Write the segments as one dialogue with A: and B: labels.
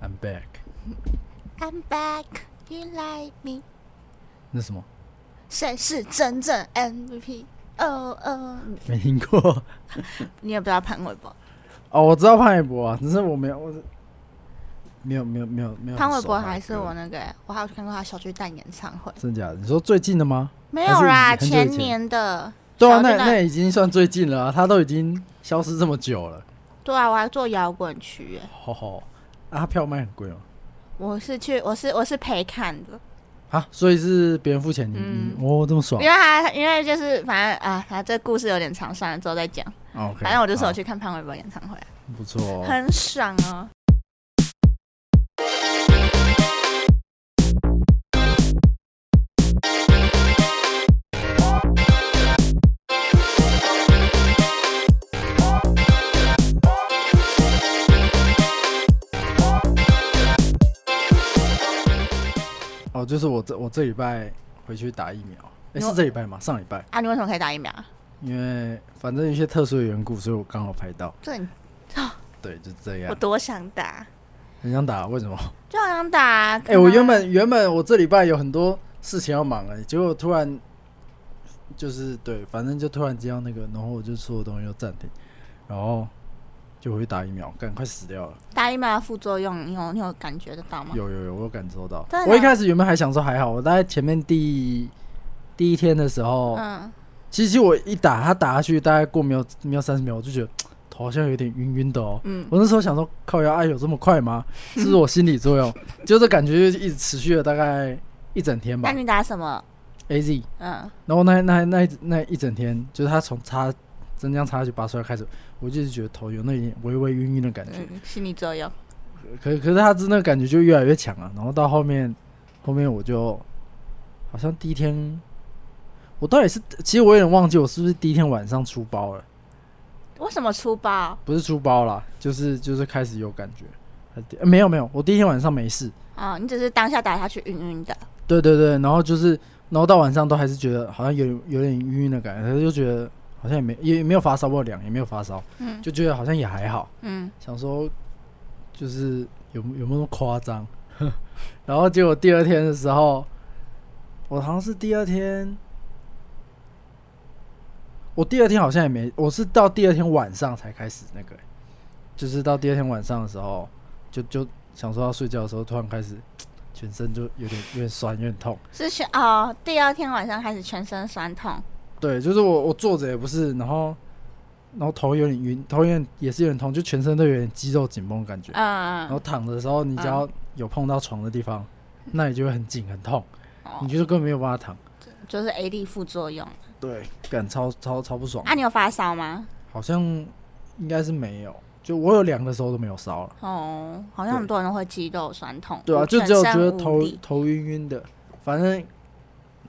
A: I'm back。
B: I'm back, you like me？
A: 那什么？
B: 谁是真正 MVP？哦哦，你
A: 没听过
B: 你也不知道潘玮柏，
A: 哦，我知道潘玮柏啊，只是我没有，我是没有没有没有没有很熟他的歌。啊
B: 潘玮柏还是我那个欸，我还有去看过他小巨蛋演唱会，
A: 真假的？你说最近的吗？
B: 没有啦，
A: 还是以前很久以前
B: 前年的。
A: 对啊，
B: 小巨
A: 那
B: 蛋
A: 那已经算最近了、啊，他都已经消失这么久了。
B: 对啊，我还做摇滚区耶，
A: 吼吼，啊，他票卖很贵哦。
B: 我是去，我是我是陪看的，
A: 啊，所以是别人付钱，你
B: 嗯
A: 你哦这么爽
B: 因为他因为就是反正啊，反正这故事有点长，算了之后再讲。
A: 啊，OK，
B: 反正我就说我
A: 好
B: 去看潘玮柏演唱会啊，
A: 不错哦，
B: 很爽哦。
A: 哦，就是我这我这礼拜回去打疫苗，哎、
B: 你
A: 是
B: 有
A: 这礼拜吗？上礼拜，
B: 啊，你为什么可以打疫苗啊？
A: 因为反正有一些特殊的缘故，所以我刚好排到，
B: 这你
A: 对，就这
B: 我
A: 样，
B: 多想打，
A: 很想打，为什么？
B: 就好想打啊。
A: 哎、我原本原本我这礼拜有很多事情要忙哎、结果突然就是对，反正就突然接到那个，然后我就所有东西都暂停，然后就回去打疫苗，赶快死掉了。
B: 打疫苗的副作用，你有你有感觉得到吗？
A: 有有有，我有感受到
B: 真的。
A: 我一
B: 吗
A: 开始原本还想说还好，我大概前面第第一天的时候，
B: 嗯，
A: 其实我一打他打下去，大概过没有没有三十秒，我就觉得头好像有点晕晕的哦。
B: 嗯
A: 我那时候想说，靠呀，哎，有这么快吗？是不是我心理作用？就这感觉就一直持续了大概一整天吧
B: 那。你打什么？
A: A Z，
B: 嗯，
A: 然后那那那一那一整天，就是他从插针浆插下去拔出来开始，我就一直觉得头有那一点微微晕晕的感觉。
B: 嗯心理作用。
A: 可可是他真的感觉就越来越强了、然后到后面，后面我就好像第一天，我到底是其实我有点忘记我是不是第一天晚上出包了，
B: 为什么粗暴？
A: 不是出包啦，就是就是开始有感觉，还是第呃没有没有，我第一天晚上没事，
B: 啊、你只是当下打下去晕晕的，
A: 对对对，然后就是然后到晚上都还是觉得好像有有点晕晕的感觉，可是就觉得好像也没也也没有发烧，我有量也没有发烧，
B: 嗯
A: 就觉得好像也还好，
B: 嗯，
A: 想说就是有有没有那么夸张？然后结果第二天的时候，我好像是第二天，我第二天好像也没，我是到第二天晚上才开始那个欸、就是到第二天晚上的时候，就就想说要睡觉的时候，突然开始全身就有点有点酸，有点痛。
B: 是全哦，第二天晚上开始全身酸痛，
A: 对，就是我我坐着也不是，然后然后头有点晕，头有点也是有点痛，就全身都有点肌肉紧绷的感觉。然后
B: 嗯，
A: 躺着的时候，你只要有碰到床的地方，那你就会很紧很痛，
B: 哦
A: 你就是根本没有办法躺。
B: 就是 A D 副作用。
A: 对，感超超超不爽。
B: 啊，你有发烧吗？
A: 好像应该是没有，就我有凉的时候都没有烧了。
B: 哦，好像
A: 对
B: 很多人会肌肉酸痛，
A: 对啊，
B: 我
A: 就
B: 全
A: 只有
B: 身
A: 觉得
B: 无
A: 头
B: 力
A: 头晕晕的，反正，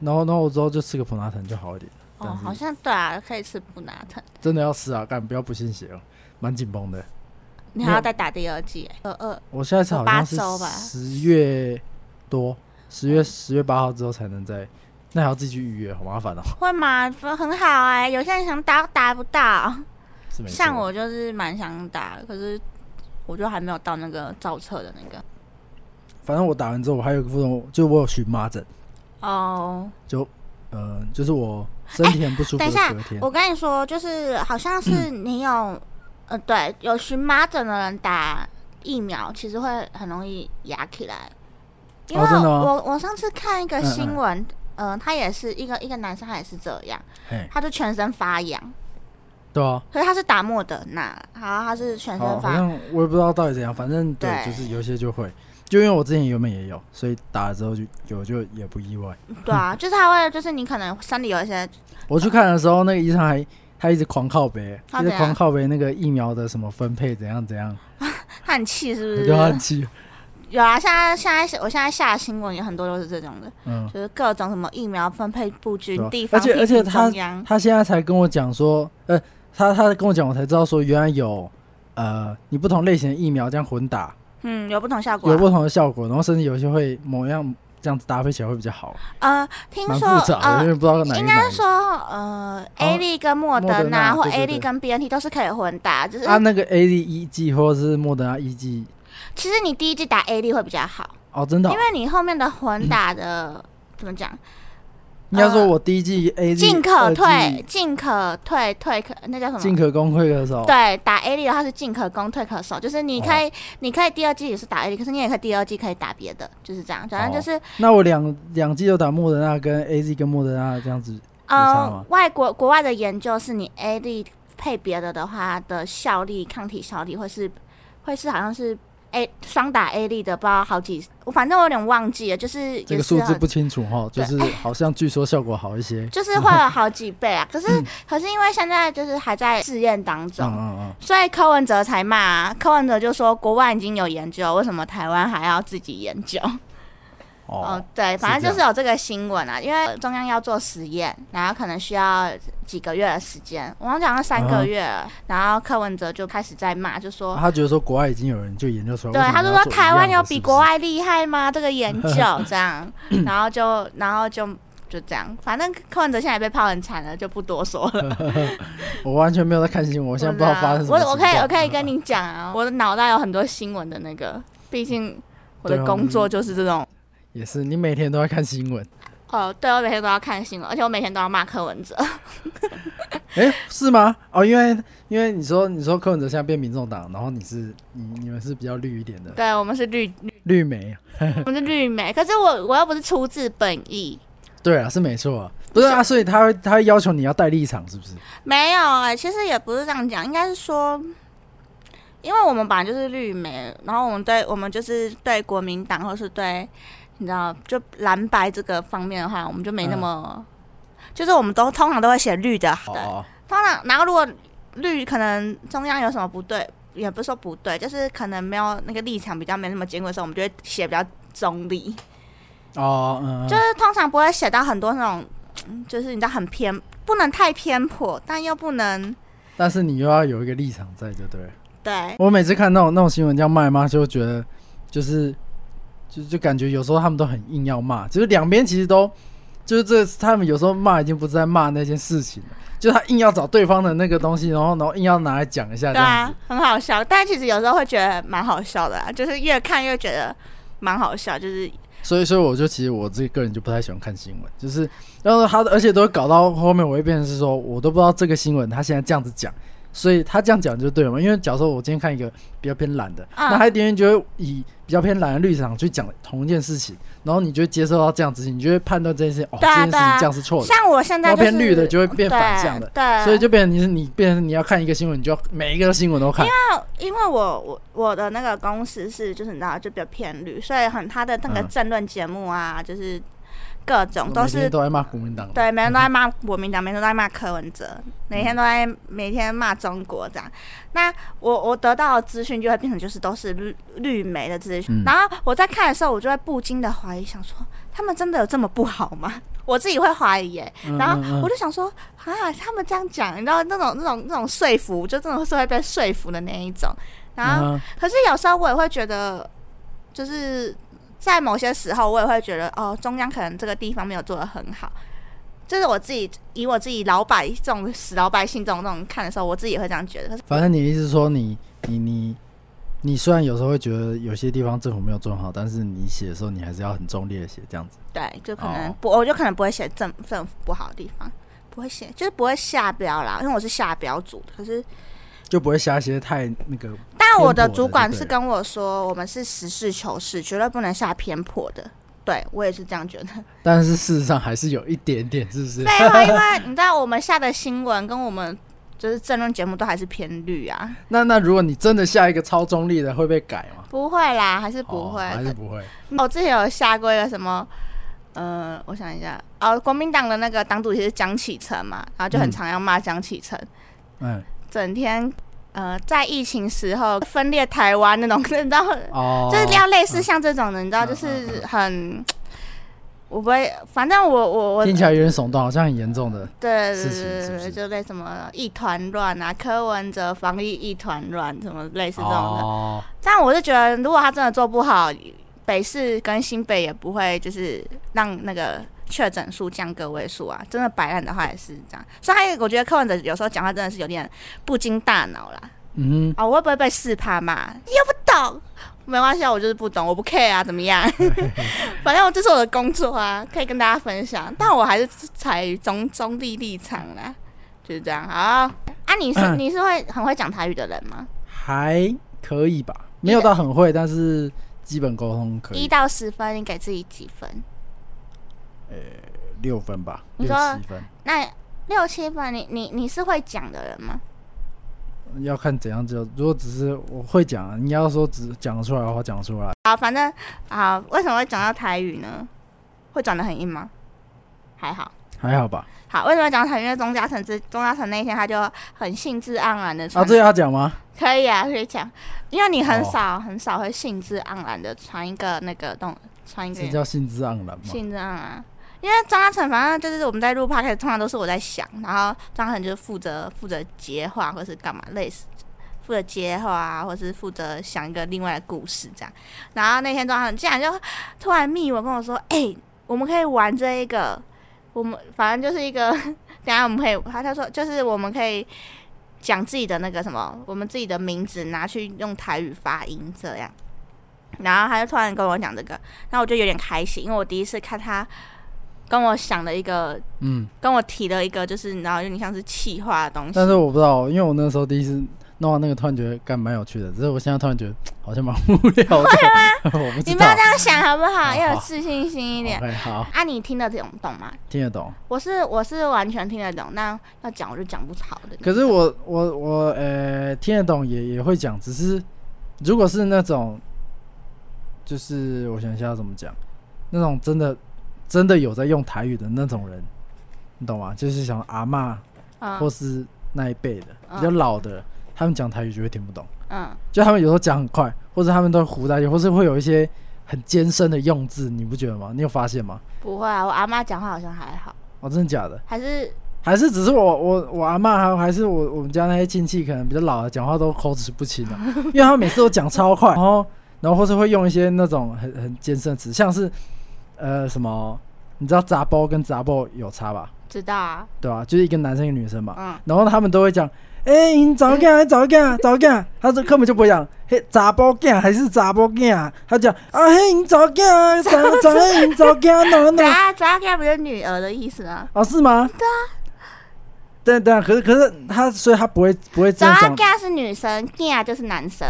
A: 然后然后我之后就吃个普拿疼就好一点。
B: 哦，好
A: 但是
B: 像对啊，可以吃布拿疼，
A: 真的要吃啊，干不要不信邪哦，蛮紧绷的。
B: 你
A: 没
B: 还
A: 有
B: 要再打第二剂欸，二二
A: 我下一次好像是
B: 有八周吧
A: 十月多，十月十月八号之后才能再，那还要自己去预约，好麻烦哦。
B: 会吗？不很好哎、有些人想打打不到，
A: 是没错
B: 像我就是蛮想打，可是我就还没有到那个造册的那个
A: 反正我打完之后，我还有一个副作用，就是我有荨麻疹，
B: 哦。
A: 呃，就是我身体很不舒服
B: 哎
A: 的
B: 等一下
A: 隔天。
B: 我跟你说，就是好像是
A: 嗯
B: 你有、呃，对，有荨麻疹的人打疫苗，其实会很容易痒起来。因为
A: 哦真的吗
B: 我我上次看一个
A: 嗯嗯
B: 新闻，嗯、他也是一个一个男生，他也是这样，
A: 嘿，
B: 他就全身发痒，
A: 对啊，
B: 可是他是打莫德纳，然后他是全
A: 好，哦
B: 身
A: 好
B: 发，
A: 像我也不知道到底怎样，反正对，
B: 对
A: 就是有些就会，就因为我之前原本也有，所以打了之后就有就也不意外。
B: 对啊，就是他会，就是你可能身体有一些
A: 我去看的时候，那个医生还他一直狂靠背，
B: 他
A: 一直
B: 怎样
A: 狂靠背那个疫苗的什么分配怎样怎样，
B: 他很气，是不
A: 我
B: 是？
A: 就很气。
B: 有啊，现在现在我现在下的新闻有很多都是这种的，
A: 嗯，
B: 就是各种什么疫苗分配不均
A: 对啊，
B: 地
A: 而
B: 方
A: 且而
B: 批
A: 且
B: 评
A: 他
B: 中央。
A: 他现在才跟我讲说，呃，他他跟我讲，我才知道说原来有呃你不同类型的疫苗这样混打，
B: 嗯，有不同效果、
A: 有
B: 啊。
A: 不同的效果，然后甚至有些会某样这样子搭配起来会比较好，
B: 呃，听
A: 蛮
B: 说
A: 复杂的，有
B: 呃，
A: 点不知道哪一个
B: 应
A: 哪
B: 该
A: 一个。
B: 说呃，A D 跟莫
A: 莫
B: 德
A: 德纳
B: 纳或
A: 对对
B: A E
A: 对啊
B: D 跟 B N T 都是可以混打，只是
A: 啊，那个 A D 一剂或者是莫德纳一剂
B: 其实你第一季打 A 力会比较好，
A: 哦，真的哦、
B: 因为你后面的
A: 嗯
B: 混打的、怎么讲，
A: 应该说我第一季 A 季
B: 呃进可
A: 二季
B: 退，进可退，退可那叫什
A: 进
B: 么？
A: 可攻退可守。
B: 对，打 A 力的话是进可攻，退可守，就是你
A: 哦
B: 可以，你可以第二季也是打 A 力，可是你也可以第二季可以打别的，就是这样。
A: 哦
B: 反正就是，
A: 那我两两季都打莫德纳跟 A Z 跟莫德纳这样子，有差
B: 呃
A: 吗，
B: 外国国外的研究是你 A 力配别的的话的效力，抗体效力会是会是好像是 A 双打 A 力的，不知道好几，我反正我有点忘记了，就是
A: 这
B: 也
A: 个
B: 是
A: 数
B: 啊
A: 字
B: 很
A: 不清楚哈，就是好像据说效果好一 些。
B: 就是会有好几 倍啊。可是、可是因为现在就是还在试验当
A: 嗯
B: 中，
A: 嗯嗯，
B: 所以柯文哲才骂、啊。柯文哲就说国外已经有研究，为什么台湾还要自己研究？
A: 哦
B: 哦，，对，反
A: 是
B: 正
A: 这
B: 就是有这个新闻啊，因为中央要做实验，然后可能需要几个月的时间，我忘记好像三个月了然后柯文哲就开始在骂，就说。
A: 啊他觉得说国外已经有人就研究出来，
B: 对
A: 为，什么
B: 他就
A: 要
B: 说
A: 做一
B: 台湾
A: 样的
B: 有
A: 是
B: 比
A: 不是
B: 国外厉害吗？这个研究 这样，然后就然后就就这样，反正柯文哲现在被泡很惨了，就不多说了。
A: 我完全没有在看新闻，我现在不知道发生什么
B: 我我可以
A: 情况
B: 我可以跟你讲啊，我的脑袋有很多新闻的那个，毕竟我
A: 对
B: 的
A: 啊
B: 工作就是这种。
A: 也是，你每天都在看新 闻，
B: 哦，对，我每天都要看新闻，而且我每天都要骂柯文哲。
A: 哎，是吗？哦，因为因为你说你说柯文哲现在变民众党，然后你是你你们是比较绿一点的
B: 对，我们是绿，
A: 绿媒，啊
B: 我们是绿媒。可是我我又不是出自本意，
A: 对啊，是没错啊，不是啊，所以他会他会要求你要带立场，是不是？
B: 没有哎、其实也不是这样讲，应该是说，因为我们本来就是绿媒，然后我们对我们就是对国民党或是对你知道就蓝白这个方面的话，我们就没那么，就是我们都通常都会写绿的，对。
A: 哦，
B: 通常，然后如果绿可能中央有什么不对，也不是说不对，就是可能没有那个立场比较没那么坚固的时候，我们就会写比较中立，
A: 哦，嗯，嗯
B: 就是通常不会写到很多那种，嗯就是你知道很偏，不能太偏颇，但又不能
A: 但是你又要有一个立场在，就对了。
B: 对
A: 我每次看那种那种新闻这样骂一骂，就觉得就是就就感觉有时候他们都很硬要骂，就是两边其实都就是这他们有时候骂已经不是在骂那件事情了，就他硬要找对方的那个东西，然后然后硬要拿来讲一下
B: 对
A: 这样
B: 啊
A: 子。，
B: 很好笑，但其实有时候会觉得蛮好笑的啦，就是越看越觉得蛮好笑，就是
A: 所以所以我就其实我自己个人就不太喜欢看新闻，就是然后他而且都会搞到后面我会变成是说我都不知道这个新闻他现在这样子讲。所以他这样讲就对了嘛，因为假如说我今天看一个比较偏蓝的，
B: 嗯
A: 那他一定就会以比较偏蓝的立场去讲同一件事情，然后你就会接受到这样子，你就会判断这件事情哦，这
B: 对啊
A: 件事情
B: 对啊
A: 这样是错的，
B: 像我现在
A: 然后
B: 就
A: 偏
B: 是
A: 绿的就会变反
B: 对
A: 向的
B: 对，
A: 所以就变成你是你变成你要看一个新闻，你就要每一个新闻都看，
B: 因为我我我的那个公司是就是你知道就比较偏绿，所以很他的那个
A: 嗯
B: 政论节目啊，就是各种都
A: 每天
B: 是
A: 都在骂国民党，
B: 对，每天都在骂国民党，每天都在骂柯文哲，每天都在每天骂中国这样。那我我得到的资讯就会变成就是都是绿绿媒的资讯，
A: 嗯
B: 然后我在看的时候，我就会不禁的怀疑，想说他们真的有这么不好吗？ 我自己会怀疑耶、
A: 嗯
B: 然
A: 嗯
B: 后
A: 嗯
B: 我就想说啊，他们这样讲，你知道那种那种那种说服，就真的是会被说服的那一种。然后，
A: 嗯
B: 可是有时候我也会觉得，就是在某些时候，我也会觉得哦，中央可能这个地方没有做得很好。就是我自己以我自己老百这种死老百姓这种那种看的时候，我自己也会这样觉得。可是
A: 反正你的意思是说你你你你虽然有时候会觉得有些地方政府没有做好，但是你写的时候你还是要很中立的写这样子。
B: 对，就可能
A: 哦
B: 不，我就可能不会写政政府不好的地方，不会写，就是不会下标啦，因为我是下标组的。可是
A: 就不会瞎写太那个
B: 但我的
A: 偏颇的
B: 主管
A: 就对
B: 是
A: 了
B: 跟我说，我们是实事求是，绝对不能下偏颇的。对我也是这样觉得。
A: 但是事实上还是有一点点，是不是？
B: 废话，因为你知道我们下的新闻跟我们就是政论节目都还是偏绿啊，
A: 那那如果你真的下一个超中立的，会被改吗？
B: 不会啦，还是不会。
A: 哦还是不会。
B: 我之前有下过一个什么，呃，我想一下，哦，国民党的那个党主席是江启臣嘛，然后就很
A: 嗯
B: 常要骂江启臣，
A: 嗯，
B: 整天呃在疫情时候分裂台湾那种， 你知道
A: 哦，
B: 就是要类似像这种的，你知道，
A: 嗯
B: 就是很，我不会，反正我我我
A: 听起来有点耸动，好像很严重的。
B: 对
A: 事
B: 对
A: 情
B: 对
A: 是不
B: 对
A: 是
B: 对，就类什么一团乱啊，柯文哲防疫一团乱，什么类似这种的。
A: 哦，
B: 但我是觉得，如果他真的做不好，北市跟新北也不会就是让那个确诊数降个位数啊。真的摆烂的话也是这样，所以他也我觉得柯文哲有时候讲话真的是有点不经大脑啦。
A: 嗯
B: 啊、我会不会被四趴骂？又不懂，没关系啊，我就是不懂，我不 care 啊，怎么 样？反正我这是我的工作啊，可以跟大家分享。但我还是采于中中立立场啦，就是这样。好啊，你
A: 嗯
B: 是你是会很会讲台语的人吗？
A: 还可以吧，没有到很会，但是基本沟通可
B: 一
A: 以，
B: 到十分，你给自己几分？
A: 六分吧，
B: 你
A: 六
B: 说
A: 七分，
B: 那六七分，你你你是会讲的人吗？
A: 要看怎样就，如果只是我会讲啊，你要说只讲得出来的话，讲得出来，
B: 好，反正啊，为什么会讲到台语呢？会转的很硬吗？还好。
A: 还好吧？
B: 好，为什么讲到台语？因为钟嘉诚之钟嘉诚那一天他就很兴致盎然的
A: 啊，
B: 传
A: 这要讲吗？
B: 可以啊，可以讲，因为你很
A: 哦
B: 少、很少会兴致盎然的传一个那个动，传一
A: 这
B: 个
A: 叫兴致盎然吗？
B: 兴致盎然。因为张嘉诚，反正就是我们在录 p o d 通常都是我在想，然后张嘉诚就是负责负责接话或是干嘛，类似负责接话啊，或是负责想一个另外的故事这样。然后那天张嘉诚竟然就突然密我跟我说：“哎、我们可以玩这一个，我们反正就是一个，等一下我们可以，他他说就是我们可以讲自己的那个什么，我们自己的名字拿去用台语发音这样。然后他就突然跟我讲这个，然后我就有点开心，因为我第一次看他跟我想的一个，
A: 嗯，
B: 跟我提了一个，就是然后有点像是气化的东西
A: 但。是我不知道，因为我那时候第一次弄完那个，突然觉得干蛮有趣的，只是我现在突然觉得好像蛮无聊的， 我不
B: 你
A: 知
B: 不要
A: 道
B: 这。样想好不好？
A: 好
B: 要有自信心一点。
A: OK，好，
B: 啊，你听得懂懂吗？
A: 听得懂。
B: 我是我是完全听得懂，但要讲我就讲不好的。
A: 可是我我我呃听得懂也也会讲，只是如果是那种，就是我想一下要怎么讲，那种真的真的有在用台语的那种人，你懂吗？就是像阿嬷
B: 嗯
A: 或是那一辈的
B: 嗯
A: 比较老的，他们讲台语就会听不懂。
B: 嗯，
A: 就他们有时候讲很快，或者他们都胡在一起，或是会有一些很艰深的用字，你不觉得吗？你有发现吗？
B: 不会啊，我阿妈讲话好像还好，
A: 哦，真的假的？
B: 还是
A: 还是只是我我我阿嬷还有还是我我们家那些亲戚可能比较老了，讲话都口齿不清了、 因为他们每次都讲超快，然后然后或是会用一些那种很很艰深的词，像是呃什么，你知道杂包跟杂包有差吧？
B: 知道啊，
A: 对吧、就是一个男生一个女生嘛，
B: 嗯，
A: 然后他们都会讲，哎、你早干，早干，早干，他这根本就不会讲，嘿，杂包干还是杂包干，他讲啊嘿，你早干，啊早早嘿，你早干，啊哪哪，
B: 杂杂该不就是女儿的意思吗？
A: 哦是吗？对啊，对对啊，可是可是他，所以他不会不会这样
B: 杂
A: 讲，
B: 该是女生，嘎就是男生，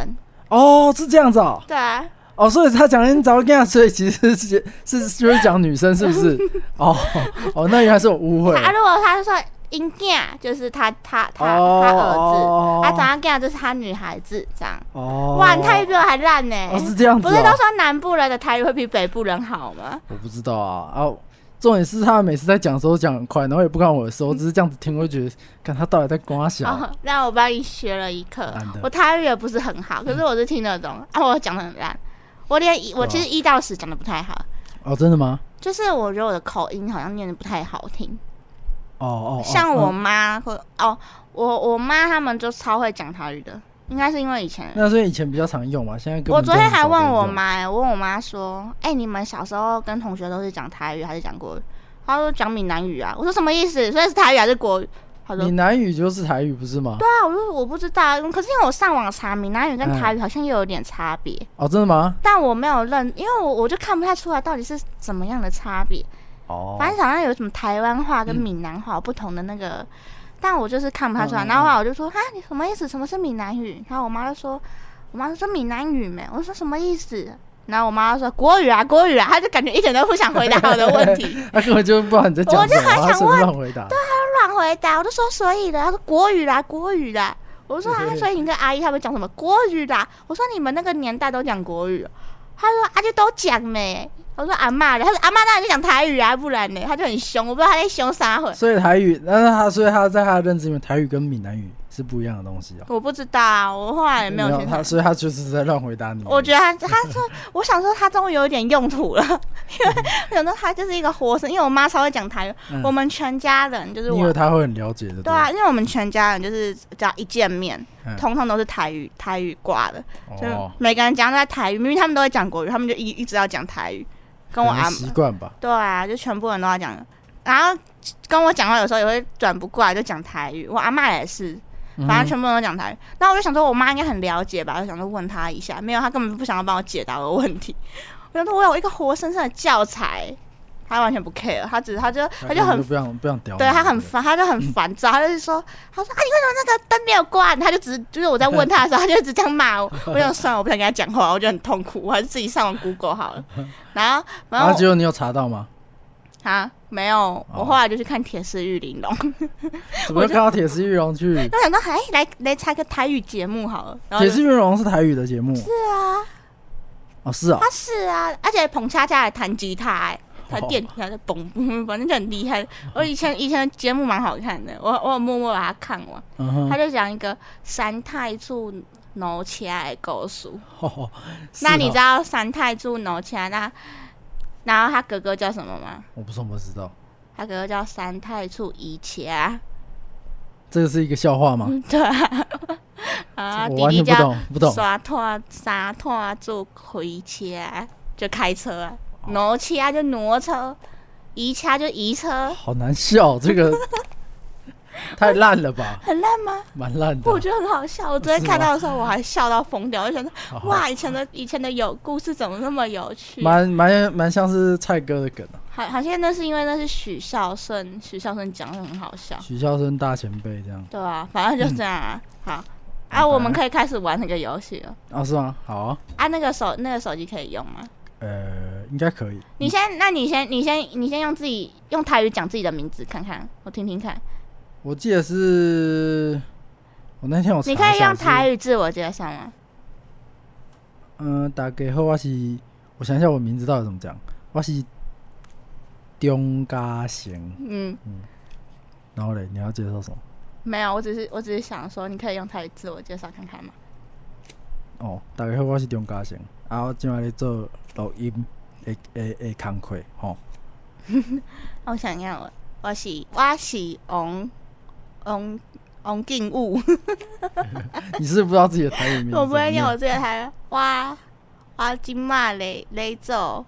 A: 哦是这样子哦，
B: 对啊，
A: 哦所以他讲你早干，所以其实是是是就是讲女生是不是？哦哦，那原来是我误会了，
B: 他如果他说因嘎就是他他他
A: 哦
B: 他儿子，
A: 哦
B: 啊杂嘎就是他女孩子这样，
A: 哦，
B: 哇，你台语比我还烂呢，
A: 哦是这样子、
B: 不
A: 哦，
B: 是都说南部人的台语会比北部人好吗？
A: 我不知道啊啊！重点是他们每次在讲的时候讲很快，然后也不看我的时候，只是这样子听，我就觉得，看他到底在光小、
B: 哦，那我帮你学了一课
A: 懒啊得。嗯
B: 我台语也不是很好，可是我是听得懂。啊，我讲的很烂，我连
A: 啊
B: 一我其实一到十讲的不太好，
A: 哦，真的吗？
B: 就是我觉得我的口音好像念的不太好听。
A: 哦哦，哦
B: 像我
A: 嗯
B: 妈或哦，我我妈他们就超会讲台语的，应该是因为以前。
A: 那所以以前比较常用嘛，现在根本
B: 我昨天
A: 就很
B: 还
A: 少
B: 问
A: 被
B: 我
A: 用，
B: 妈、欸，我问我妈说：“哎、你们小时候跟同学都是讲台语还是讲国语？”她说讲闽南语啊。我说什么意思？所以是台语还是国语？她说
A: 闽南语就是台语不是吗？
B: 啊，我就我不知道啊，可是因为我上网查闽南语跟
A: 嗯
B: 台语好像又有点差别，
A: 哦，真的吗？
B: 但我没有认，因为我我就看不太出来到底是怎么样的差别。
A: 哦，
B: 反正好像有什么台湾话跟闽南话有不同的那个，但我就是看不太出来。
A: 嗯嗯
B: 然后后来我就说啊，你什么意思？什么是闽南语？然后我妈就说，我妈就说闽南语没，我说什么意思？然后我妈就说国语啊，国语啊，她就感觉一点都不想回答我的问题，
A: 他哎根本就不知道你在
B: 我
A: 讲
B: 就
A: 什么，
B: 很
A: 他
B: 想
A: 随便乱回答。
B: 乱回答。我就说所以的，她说国语啦，国语啦。我说啊，所以你跟阿姨他们讲什么国语啦？我说你们那个年代都讲国语哦、她说啊，就都讲没。我说阿妈的，她说阿妈当然就讲台语啊，不然呢？她就很凶，我不知道她在凶啥会。
A: 所以台语，但是他所以他在他的认知里面，台语跟闽南语是不一样的东西哦。
B: 我不知道啊，我后来也没有去
A: 他，
B: 看。
A: 所以他就是在乱回答你。
B: 我觉得他，他说，我想说他终于有一点用途了，因为我想说他就是一个活生，因为我妈超会讲台语，
A: 嗯
B: 我们全家人就是
A: 你以为
B: 我，
A: 他会很了解的，
B: 对啊，因为我们全家人就是只要一见面，
A: 嗯
B: 通通都是台语台语挂的，
A: 不
B: 就
A: 对，
B: 是
A: 哦，
B: 每个人讲都在台语，明明他们都会讲国语，他们就一一直要讲台语，跟我
A: 可能
B: 阿
A: 习惯吧。
B: 对啊，就全部人都要讲，然后跟我讲话有时候也会转不过来，就讲台语。我阿妈也是，反
A: 嗯
B: 正全部人都讲台语。那、我就想说，我妈应该很了解吧，就想说问她一下，没有，她根本不想要帮我解答我的问题。我想说，我有一个活生生的教材，她完全不 care，她只她就她就
A: 根本
B: 很
A: 不想不想屌你，
B: 对他很
A: 不
B: 烦，他嗯就很烦躁，他就说，他说啊，你为什么那个灯没有关？他就只就是我在问他的时候，他就只这样骂我。我想算了，我不想跟他讲话，我就很痛苦，我还是自己上 网 Google 好了。然后，
A: 然
B: 然
A: 后
B: 后
A: 啊结果你有查到吗？
B: 我啊，没有，我后来就去看《铁丝玉玲珑》，
A: 怎么又看到铁丝玉龙去？
B: 我想到，哎，来来查个台语节目好了。然后
A: 铁
B: 就
A: 丝玉龙是台语的节目
B: 是啊，
A: 哦，是啊，
B: 他是啊，而且彭恰恰还弹吉他、欸，弹
A: 哦
B: 电吉他在嘣， 反正就很厉害。我以前以前的节目蛮好看的，我我有默默把它看完。
A: 嗯哼
B: 他，就讲一个三太柱挪起来的故事。
A: 哦是
B: 那你
A: 哦
B: 知道三太柱挪起来那，然后他哥哥叫什么吗？
A: 我不是我知道，
B: 他哥哥叫三太柱一切啊，
A: 这个是一个笑话吗？
B: 嗯 对啊，啊
A: 我
B: 弟
A: 完
B: 弟
A: 全不
B: 叫
A: 懂，不懂。
B: 刷拖三拖柱开车啊，就开车啊，挪车啊就挪车，移车就移车，
A: 好难笑，这 个太烂了吧，
B: 很烂吗？
A: 蛮烂的
B: 我。觉得很好笑，我昨天
A: 啊是啊
B: 看
A: 吗
B: 到的时候我还笑到疯掉，我就 想说，
A: 好
B: 哇，以前的以前的有故事怎么那么有趣？
A: 蛮蛮蛮像是蔡哥的梗啊，
B: 好，好像那是因为那是许孝顺，许孝顺讲的很好笑，
A: 许孝顺大前辈这样。
B: 对啊，反正就这样啊。
A: 嗯
B: 好，
A: 好
B: 啊，我们
A: 吧
B: 可以开始玩那个游戏了。
A: 哦，是吗？好啊、
B: 啊，那个手那个手机可以用吗？
A: 呃，应该可以。
B: 你先，那你先，你先，你先用自己用台语讲自己的名字看看，我听听看。
A: 我记得是，我那天我查
B: 你
A: 一
B: 可
A: 下
B: 以用台
A: 是，
B: 语自我介绍吗？
A: 嗯、大概好，我是，我想一下我名字到底怎么讲，我是中嘉贤，
B: 嗯，
A: 然后嘞，你要介绍什么？
B: 没有，我只是我只是想说，你可以用台语自我介绍看看嘛。
A: 哦，大家好，我是中嘉贤，啊，我今晚咧做录音的的的工课，吼、
B: 我想要我，我是我是王王王静武。
A: 你是不是不知道自己的台语名字，
B: 我不会念我这个台湾，我我今嘛咧咧做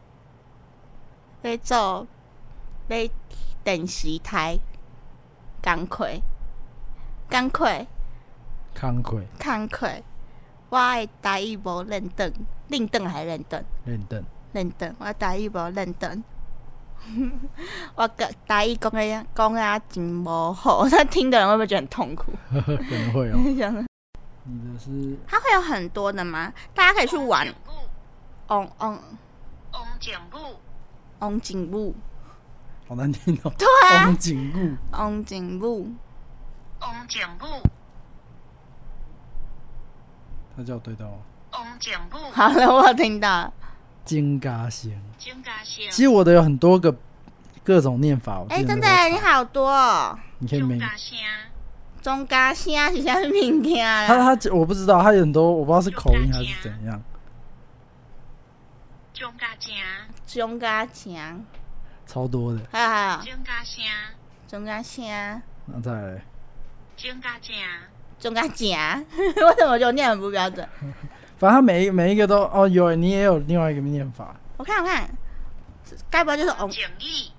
B: 咧做咧电视台工课工课
A: 工课，
B: 工课，我的台语无认真，认真还是认真
A: 认真。
B: 认真，我台语无认真。 我个台语讲的讲啊真无好， 那听的人会不会觉得很痛苦？
A: 可能会哦。
B: 想说
A: 你的是
B: 它会有很多的吗？大家可以去玩。嗯嗯。
C: 翁景路，
B: 翁景武，
A: 好难听哦。
B: 对啊，
A: 风景路
B: 翁景武，
C: 翁景路，
A: 他叫我对到哦吗？
C: 翁景路，
B: 好了，我有听到了。
A: 金嘎仙。
C: 金家县
A: 其，实我的有很多个各种念法，我
B: 哎、
A: 记得
B: 真
A: 那
B: 的
A: 时候
B: 耶，
A: 查
B: 你好多、哦。
A: 你可以
C: 金
A: 每
C: 家县，
B: 中家声是啥物物件啦？
A: 他他我不知道，他有很多我不知道是口音还是怎样。
C: 金家县，
B: 中家声，
A: 超多的，
B: 还有还有
C: 金家县，
B: 中家声，
A: 那再来
C: 金家县，
B: 中家声， 为什么就念很不标准？
A: 反正他每一每一个都哦有欸，你也有另外一个念法，
B: 我看我看，该不会就是翁
C: 景义，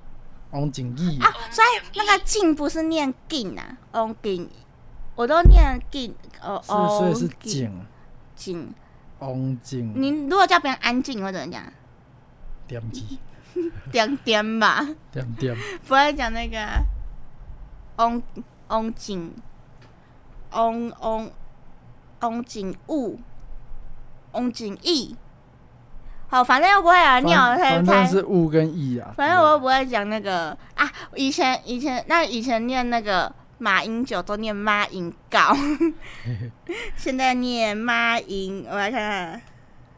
A: 王景义
B: 啊？所以那个进不是念进啊，翁进，我都念进，哦
A: 是所
B: 哦
A: 以是景
B: 进。
A: 王景
B: 你如果叫别人安静，你会怎么讲？
A: 点击
B: 点点吧。
A: 点点
B: 不会讲那个翁翁景翁翁翁景物翁景义，e 好，反正又不会啊，你好
A: 反
B: 像
A: 反
B: 猜
A: 正。是物跟义啊。
B: 反正我又不会讲那个啊，以前以前那以前念那个马英九都念马英告， 现在念马英，我来看看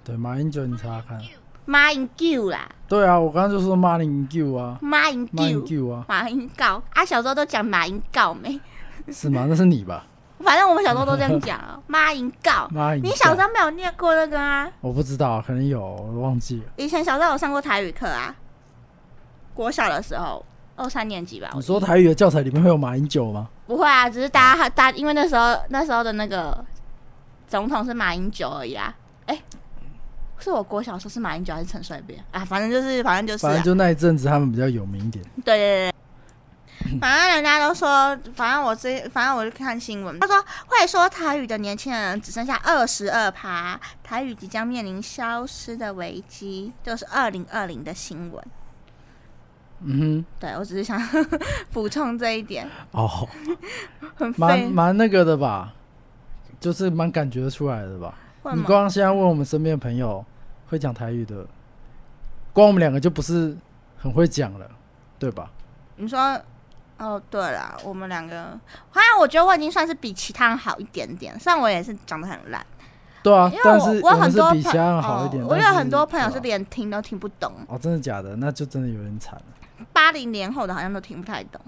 A: 对马英九你查查看，
B: 马英九啦，
A: 对啊，我刚刚就说马英九啊，
B: 马英
A: 马英
B: 九，
A: 九啊，
B: 马英告啊，小时候都讲马英告没？
A: 是吗？那是你 吧？
B: 反正我们小时候都这样讲哦，妈引告。
A: 妈，
B: 你小时候没有念过那个啊？
A: 啊我不知道，可能有，我忘记了。
B: 以前小时候有上过台语课啊，国小的时候，二三年级吧。我
A: 你
B: 记得
A: 说台语的教材里面会有马英九吗？
B: 不会啊，只是大家大家，因为那时候那时候的那个总统是马英九而已啊。哎、是我国小的时候是马英九还是陈水扁啊？反正就是反正就是、啊，
A: 反正就那一阵子他们比较有名一点。
B: 对对对。对反正人家都说，反正我这，反正我就看新闻，他说会说台语的年轻人只剩下二十二趴，台语即将面临消失的危机，就是二零二零的新闻。
A: 嗯
B: 对我只是想 补充这一点，
A: 哼，哦，
B: 很
A: 蛮
B: 费。
A: 蛮那个的吧，就是蛮感觉得出来的吧。
B: 会
A: 你
B: 吗
A: 光现在问我们身边的朋友会讲台语的，光我们两个就不是很会讲了，对吧？
B: 你说，哦，对啦，我们两个，好像我觉得我已经算是比其他人好一点点，虽然我也是讲的很烂，
A: 对啊
B: 因，为
A: 但
B: 我
A: 是
B: 我有
A: 们
B: 很
A: 是
B: 多
A: 比其
B: 朋
A: 他
B: 友，
A: 人好一点。
B: 我
A: 但
B: 有很多朋友
A: 对
B: 是
A: 啊
B: 连听都听不懂，
A: 哦，真的假的？那就真的有点惨。
B: 八零年后的好像都听不太懂。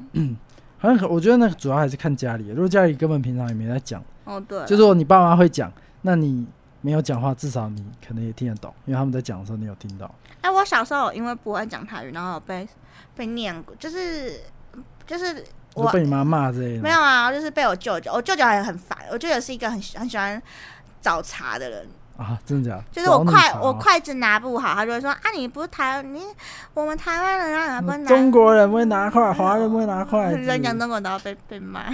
A: 好像可我觉得那个主要还是看家里，如果家里根本平常也没在讲，
B: 哦，对啦，
A: 就是如果你爸妈会讲，那你没有讲话，至少你可能也听得懂，因为他们在讲的时候你有听到。
B: 哎、我小时候因为不会讲台语，然后有被被念过，就是就是
A: 就
B: 我
A: 被你妈骂之类的吗。
B: 没有啊，就是被我舅舅，我舅舅还很烦，我舅舅是一个很喜很喜欢找茬的人，
A: 啊，真的假的？
B: 就是我
A: 找你
B: 筷
A: 茬
B: 我
A: 吗
B: 筷子拿不好，他就会说啊，你不是台你我们台湾人啊，你还不拿？嗯
A: 中国人不会拿筷，华人不会拿筷子。
B: 人讲中国都要被被骂，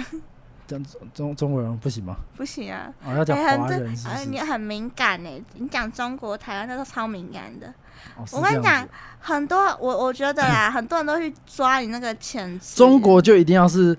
A: 讲中中国人不行吗？
B: 不行啊！
A: 哦，要讲
B: 哎
A: 华
B: 很
A: 人是
B: 这
A: 不
B: 哎，你
A: 是？
B: 很敏感哎、你讲中国、台湾那都超敏感的。
A: 哦是
B: 我跟你
A: 这样
B: 讲
A: 子，
B: 很多我我觉得啦，很多人都去抓你那个潜质。
A: 中国就一定要是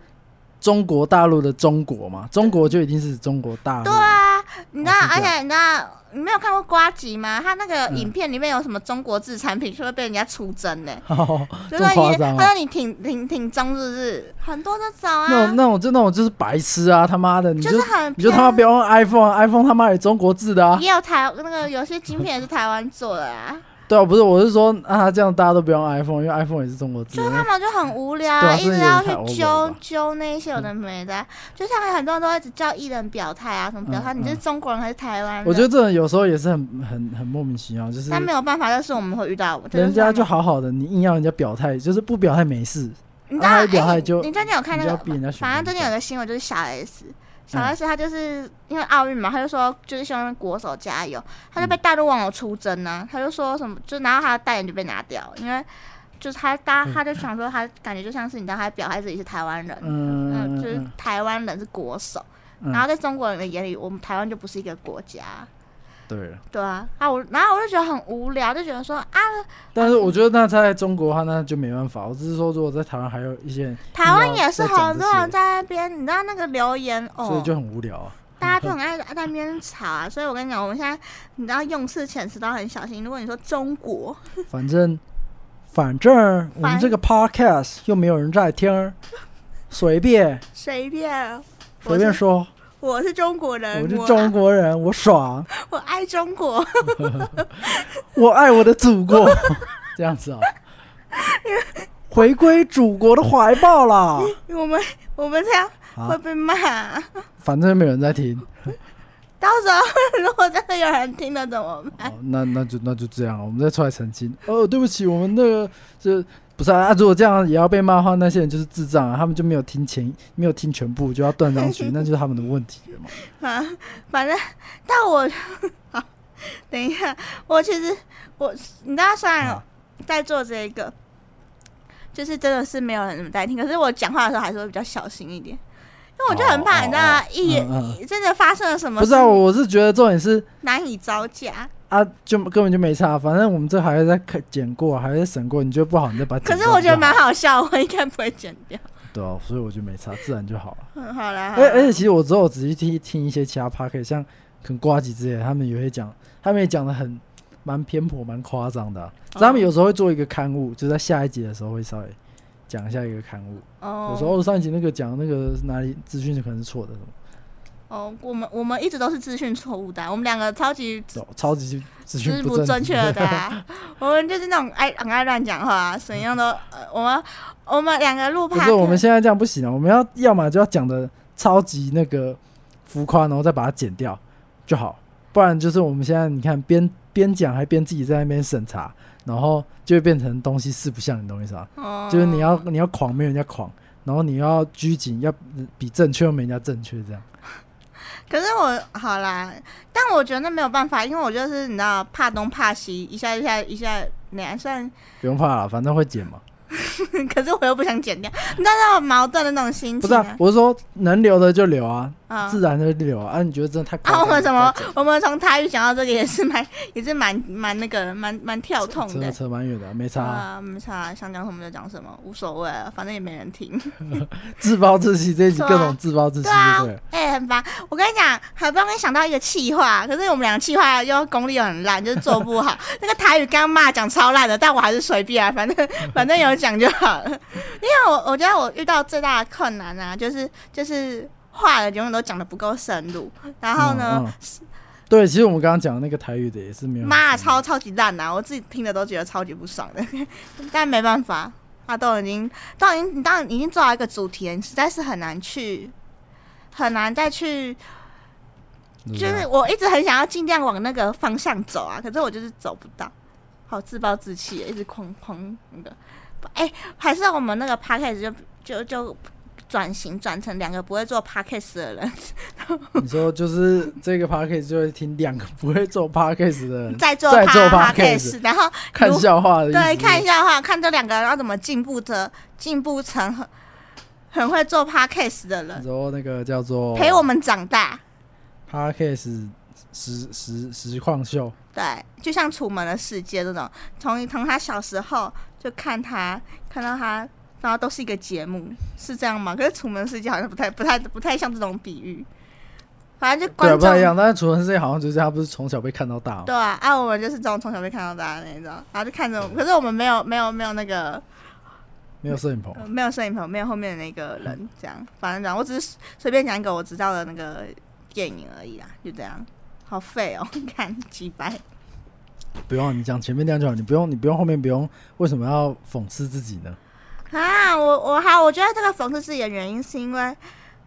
A: 中国大陆的中国嘛？中国就一定是中国大陆。
B: 对啊，你知道，
A: 哦是这
B: 而
A: 样
B: 且你知道，你没有看过瓜吉吗？他那个
A: 嗯
B: 影片里面有什么中国制产品，就会被人家出征呢、
A: 哦，
B: 就
A: 这
B: 说
A: 么夸
B: 你，
A: 张
B: 他
A: 啊！
B: 说你挺挺挺中日日，很多这 种
A: 那种
B: 啊，
A: 那种就那种就是白痴啊！他妈的，你
B: 就是很
A: 你就他妈不要用 iPhone，iPhone 他妈也中国制的啊！
B: 也有台那个有些晶片也是台湾做的 啊，
A: 对啊，不是，我是说啊，这样大家都不用 iPhone，因为 iPhone 也是中国制
B: 就他
A: 的。
B: 们就很无聊、
A: 对啊
B: 一直
A: 这有
B: 要
A: 点太 over
B: 去
A: 了
B: 揪
A: 吧
B: 揪那些有的没的啊、就像很多人都一直叫艺人表态啊，什么表态，
A: 嗯
B: 你是
A: 嗯
B: 中国人还是台湾人？
A: 我觉得这种有时候也是很很很莫名其妙，就是
B: 但没有办法，但是我们会遇到，这是
A: 人家
B: 他
A: 就
B: 们
A: 好好的，你硬要人家表态，就是不表态没事，
B: 你知
A: 啊
B: 道
A: 他一表
B: 哎
A: 态就
B: 你最近有看那
A: 你就
B: 个
A: 要逼人家？选
B: 反正最
A: 边
B: 近有
A: 站
B: 个新闻就是小 S，小
A: 嗯
B: S 她就是因为奥运嘛，她就说就是希望国手加油，她
A: 嗯
B: 就被大陆网友出征呢、啊，她就说什么，就然后她的代言就被拿掉，因为就是她
A: 嗯
B: 大她就想说她感觉就像是你知道她表态自己是台湾人，嗯，
A: 嗯，
B: 就是
A: 嗯
B: 台湾人是国手，
A: 嗯
B: 然后在中国人的眼里，我们台湾就不是一个国家，
A: 对了。
B: 对啊，啊我然后我就觉得很无聊，就觉得说啊，
A: 但是我觉得那在中国的话，那就没办法。我只是说，如果在台湾还有一些人，
B: 台湾也是
A: 硬要再讲
B: 很多
A: 这些
B: 人在那边，你知道那个留言哦，
A: 所以就很无聊啊。
B: 大家就很爱爱在那边吵啊，所以我跟你讲，我们现在你知道用词遣词都很小心。如果你说中国，
A: 反正反正我们这个 podcast 又没有人在听，随便
B: 随便，
A: 随便
B: 我是，
A: 说，
B: 我是中国人，
A: 我是中国人，我爽，
B: 爱， 我爱中国。
A: 我爱我的祖国， 这样子啊， 回归祖国的怀抱啦。
B: 我们我们这样
A: 啊
B: 会被骂，
A: 反正没有人在听，
B: 到时候 如果真的有人听了怎么办？
A: 哦、那那就那就这样，我们再出来澄清。哦，对不起，我们那个就不是啊啊如果这样也要被骂的话，那些人就是智障啊，他们就没有听前没有听全部，就要断章 取义，那就是他们的问题 了嘛。
B: 啊，反正但我好，等一下，我其实我你知道，虽然
A: 啊
B: 在做这一个，就是真的是没有人那么在听，可是我讲话的时候还是会比较小心一点，因为我就很怕，
A: 哦
B: 你知道吗
A: 哦哦
B: 一言、
A: 嗯
B: 真的发生了什么，
A: 不是啊，我是觉得重点是
B: 难以招架。
A: 啊，就根本就没差，反正我们这还要再看剪过，还要再审过，你觉得不好，你再把它
B: 可
A: 剪
B: 是我觉得
A: 掉
B: 蛮
A: 就好
B: 好笑，我应该不会剪掉。
A: 对啊，所以我觉得没差，自然就好了。
B: 嗯，好啦，好
A: 而
B: 啦
A: 而且其实我之后仔细听听一些其他 p a r k 像可能瓜吉之类的，他们也会讲，他们也讲的很蛮偏颇、蛮夸张的啊、只是他们
B: 哦
A: 有时候会做一个刊物，就在下一集的时候会稍微讲一下一个刊物。有时
B: 哦
A: 候上一集那个讲那个哪里资讯可能是错的什么
B: 哦，我们我们一直都是资讯错误的啊，我们两个超级资
A: 哦，超级资
B: 是
A: 讯
B: 不
A: 正
B: 正确的啊、 我们就是那种爱很爱乱讲话、啊，怎样都呃，我们我们两个录
A: 不
B: 怕
A: 是，我们现在这样不行啊，我们要要么就要讲的超级那个浮夸，然后再把它剪掉就好，不然就是我们现在你看边边讲还边自己在那边审查，然后就会变成东西四不像，你懂我意思吗？
B: 哦
A: 就是你要你要狂没有人家狂，然后你要拘谨要比正确又没人家正确这样。
B: 可是我好啦，但我觉得那没有办法，因为我就是你知道怕东怕西，一下一下一下那样，虽然
A: 不用怕了，反正会剪嘛。
B: 可是我又不想剪掉，你知道那种矛盾的那种心
A: 不
B: 情、
A: 是啊，我是说能留的就留啊，
B: 啊
A: 自然的就留啊。啊，你觉得真的太夸
B: 啊，
A: 张
B: 我
A: 了？
B: 们什么
A: 再？
B: 我们从台语讲到这个也是蛮， 也是蛮蛮那个，蛮蛮跳痛
A: 扯
B: 的。
A: 扯蛮远的啊、没差啊、
B: 啊，没差，想讲什么就讲什么，无所谓啊，反正也没人听。
A: 自暴自弃这一集
B: 对啊
A: 各种自暴自弃，
B: 对啊
A: 对了。，
B: 哎、很烦。我跟你讲，好不容易想到一个气话，可是我们两个气话又功力又很烂，就是做不好。那个台语刚骂讲超烂的，但我还是随便啊，反正 反正有讲就好了。因为我我觉得我遇到最大的困难啊，就是就是话永远都讲的不够深入，然后呢，
A: 嗯嗯嗯对，其实我们刚刚讲的那个台语的也是没有很
B: 妈，
A: 深入
B: 超超级烂啊呐、我自己听的都觉得超级不爽的， 但没办法，他都已经都已经你当然已经做到一个主题了，你实在是很难去很难再去，
A: 对不
B: 就
A: 对
B: 是我一直很想要尽量往那个方向走啊，可是我就是走不到，好自暴自弃，一直狂狂那个，哎、还是我们那个 p a c k a g e 就就就转型转成两个不会做 p a c k a g e 的人，
A: 你说就是这个 podcast 就会听两个不会做 podcast 的人
B: 再做
A: 再
B: p
A: 嗯做
B: a c k a
A: podcast
B: g e 然后
A: 看笑话的意思
B: 对，看一下的话，看这两个人要怎么进步的，进步成很很会做 podcast 的人，
A: 然后那个叫做
B: 陪我们长大。
A: podcast 实实实况秀，
B: 对，就像《楚门的世界》这种，从从他小时候就看他，看到他，然后都是一个节目，是这样吗？可是《楚门的世界》好像不太、不太、不太像这种比喻，反正就
A: 对啊，
B: 观
A: 不太一
B: 众。
A: 样。但是楚门世界好像就是他不是从小被看到大哦，
B: 对啊，啊，我们就是这种从小被看到大的那种，然后就看着我们，可是我们没有没有没有那个
A: 没有摄影棚，
B: 呃没有摄影棚，没有后面的那个人，这样，反正这样，我只是随便讲一个我知道的那个电影而已啦，就这样，好废哦， 看几百，
A: 不用你讲前面那样就好，你不用你不用后面不用，为什么要讽刺自己呢？
B: 啊，我我好，我觉得这个讽刺自己的原因是因为，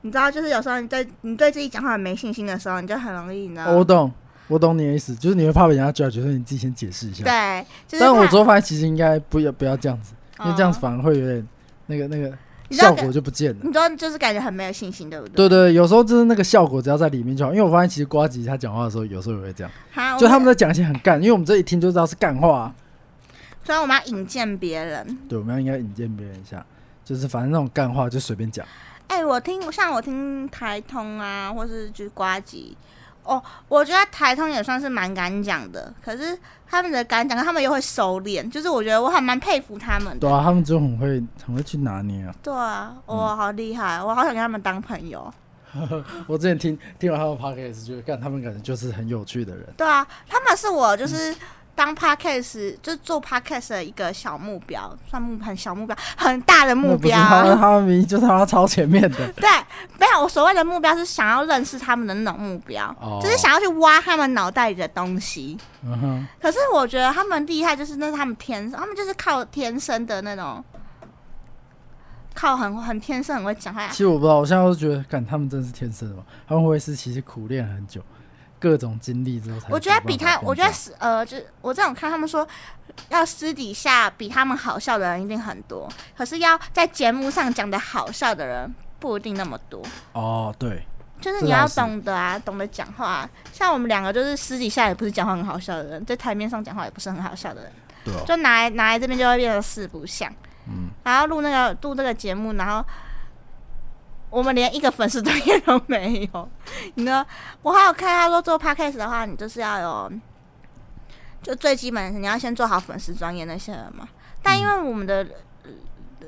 B: 你知道，就是有时候你对你对自己讲话很没信心的时候，你就很容易，你知道，
A: 哦我懂，我懂你的意思，就是你会怕被人家 judge，所以你自己先解释一下。
B: 对，就是
A: 但我
B: 怕
A: 之后发现其实应该不要不要这样子，因为这样子
B: 嗯
A: 反而会有点那个那个
B: 你知道
A: 效
B: 感嗯
A: 果就不见了。
B: 你知道，就是感觉很没有信心，对不对？
A: 对对，有时候就是那个效果只要在里面就好。因为我发现其实瓜吉他讲话的时候，有时候也会这样，
B: 好，我
A: 就他们在讲一些很干，因为我们这一听就知道是干话、啊。
B: 所以我们要引荐别人，
A: 对，我们要应该引荐别人一下，就是反正那种干话就随便讲。
B: 哎、我听像我听台通啊，或是就是瓜吉，哦，我觉得台通也算是蛮敢讲的，可是他们的敢讲，他们又会收敛，就是我觉得我还蛮佩服他们的。
A: 对啊，他们就很会很会去拿捏啊。
B: 对啊，哇、
A: 嗯
B: 好厉害，我好想跟他们当朋友。
A: 我之前听听完他们 podcast，觉得干他们感觉就是很有趣的人。
B: 对啊，他们是我就是当 podcast，、就是做 podcast 的一个小目标，算目很小目标，很大的目
A: 那不是
B: 标。
A: 他们，他们明明就是他妈超前面的。
B: 对，没有，我所谓的目标是想要认识他们的那种目标，
A: 哦
B: 就是想要去挖他们脑袋里的东西。
A: 嗯哼，
B: 可是我觉得他们厉害，就是那是他们天生，他们就是靠天生的那种，靠很很天生很会讲话
A: 其。实我不知道，我现在都觉得干他们真是天生的嘛，他们会不会是其实苦练很久，各种经历之后才有办法变这样。
B: 我觉得比他，我觉得是呃，就是我这种看他们说，要私底下比他们好笑的人一定很多，可是要在节目上讲的好笑的人不一定那么多。
A: 哦，对，
B: 就是
A: 这
B: 你要
A: 倒是
B: 懂得啊，懂得讲话啊、像我们两个就是私底下也不是讲话很好笑的人，在台面上讲话也不是很好笑的人。
A: 对哦，
B: 就拿来拿来这边就会变成四不像。
A: 嗯
B: 然后录那个录这个节目，然后我们连一个粉丝专业都没有。你呢？我还有看他说做 podcast 的话，你就是要有，就最基本的你要先做好粉丝专业那些人嘛。但因为我们的、呃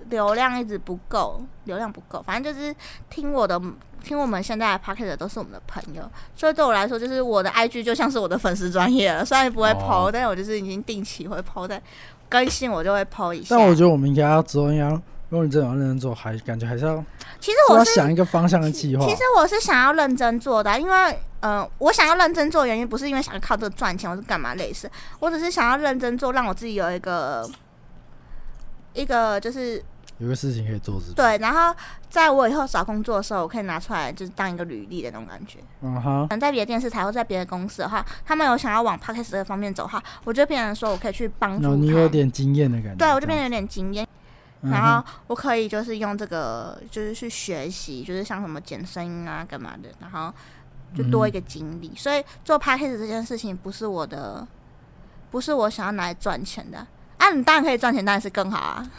B: 流量一直不够，流量不够，反正就是听我的。听我们现在的 p o c k e t 都是我们的朋友，所以对我来说，就是我的 IG 就像是我的粉丝专业了。虽然不会 PO，、
A: 哦
B: 但是我就是已经定期会 PO 在更新，我就会 PO 一下。
A: 但我觉得我们应该要之后应该要，如果你真的要认真做，还感觉还是要
B: 其实
A: 是
B: 我
A: 要
B: 是
A: 想一个方向跟计划。
B: 其实我是想要认真做的啊，因为呃，我想要认真做，原因不是因为想要靠这个赚钱，我是干嘛类似，我只是想要认真做，让我自己有一个一个就是
A: 有个事情可以做是不是，
B: 对，然后在我以后找工作的时候，我可以拿出来就是当一个履历的那种感觉。
A: 嗯哈
B: 可，能在别的电视台或在别的公司的话，他们有想要往 p o d c a s t 这方面走的话，我就变成说我可以去帮
A: 然
B: 助
A: 后
B: 他
A: 你有
B: 们。
A: 点经验的感觉。
B: 对，我就
A: 这
B: 变
A: 样
B: 得有点经验，
A: 嗯哼
B: 然后我可以就是用这个，就是去学习，就是像什么剪声音啊、干嘛的，然后就多一个经历。所以做 p a c k a g e 这件事情不是我的，不是我想要拿来赚钱的。啊，啊，你当然可以赚钱，当然是更好啊。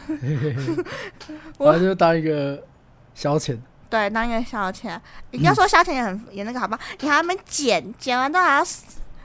B: 我
A: 反正就当一个消遣。
B: 对，当一个消遣，你要说消遣也很、也那个好吧？你还没剪，剪完都还要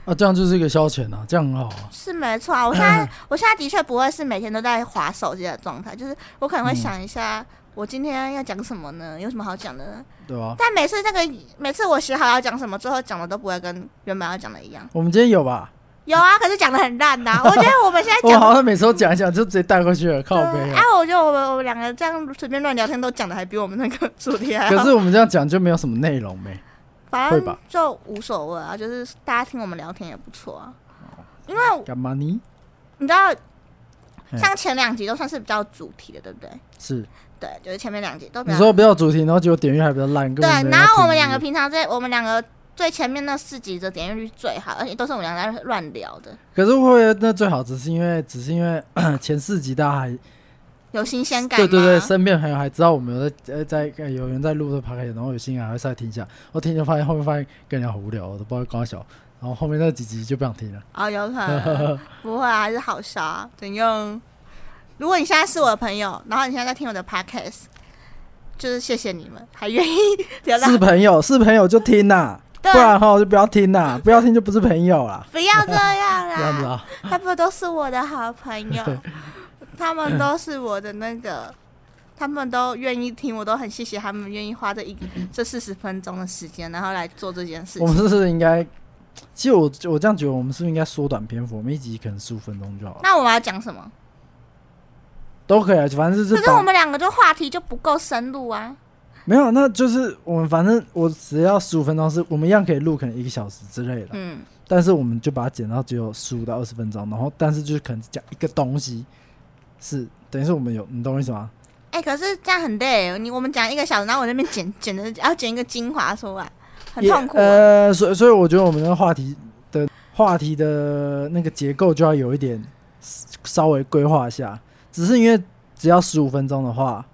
A: 啊，这样就是一个消遣啊，这样很好啊。
B: 是没错 啊。我现在我现在的确不会是每天都在划手机的状态，就是我可能会想一下，我今天要讲什么呢？有什么好讲的呢？
A: 对吧？
B: 但每次这个每次我写好要讲什么，最后讲的都不会跟原本要讲的一样。
A: 我们今天有吧？
B: 有啊，可是讲的很烂 呐、我觉得我们现在
A: 我
B: 哎讲
A: 好像每次都讲一讲就直接带过去了，靠背
B: 对
A: 啊
B: 啊。，我觉得我们我们两个这样随便乱聊天都讲的还比我们那个主题还好。
A: 可是我们这样讲就没有什么内容呗。
B: 反
A: 会
B: 正
A: 吧
B: 就无所谓啊，就是大家听我们聊天也不错啊。
A: 哦
B: 因为
A: 干嘛呢？
B: 你知道，
A: 嗯
B: 像前两集都算是比较主题的，对不对？
A: 是
B: 对，就是前面两集都比
A: 你
B: 较
A: 说不要主题，然后结果点阅还比较烂，根
B: 对
A: 本没人要听。
B: 然后我们两个平常在我们两个最前面那四集的点阅率最好，而且都是我们两个在乱聊的，
A: 可是会不会那最好只是因为只是因为 前四集大家还
B: 有新鲜感
A: 对
B: 吗？
A: 对对，身边朋友还知道我们有在呃在呃有人在录这 p o 然后有心人还会再听一下。我听就发现后面发现跟人家好无聊，我都不知道搞小，然后后面那几集就不想听了。
B: 哦，有可 能不会啊，还是好笑啊？怎样？如果你现在是我的朋友，然后你现在在听我的 podcast，就是谢谢你们，还愿意留到
A: 是朋友是朋友就听呐、
B: 对
A: 不然哈就不要听呐、不要听就不是朋友啦。
B: 不要这样
A: 这样子
B: 啦！
A: 啊，
B: 他们都是我的好朋友， 他们都是我的那个，他们都愿意听，我都很谢谢他们愿意花这一这四十分钟的时间，然后来做这件事
A: 我们
B: 情。
A: 是不是应该？其实我我这样觉得，我们是不是应该缩短篇幅？我们一集可能十五分钟就好了，
B: 那我们要讲什么？
A: 都可以啊。反正就是
B: 可是我
A: 把
B: 们两个就话题就不够深入啊。
A: 没有，那就是我们反正我只要十五分钟是，我们一样可以录可能一个小时之类的。
B: 嗯，
A: 但是我们就把它剪到只有十五到二十分钟，然后但是就是可能只讲一个东西，是等于是我们有，你懂我意思吗？
B: 哎、可是这样很累。你我们讲一个小时，然后我那边剪剪的，要剪一个精华出来，很
A: 也
B: 痛苦啊、
A: 呃，所以所以我觉得我们的话题的话题的那个结构就要有一点稍微规划一下，只是因为只要十五分钟的话，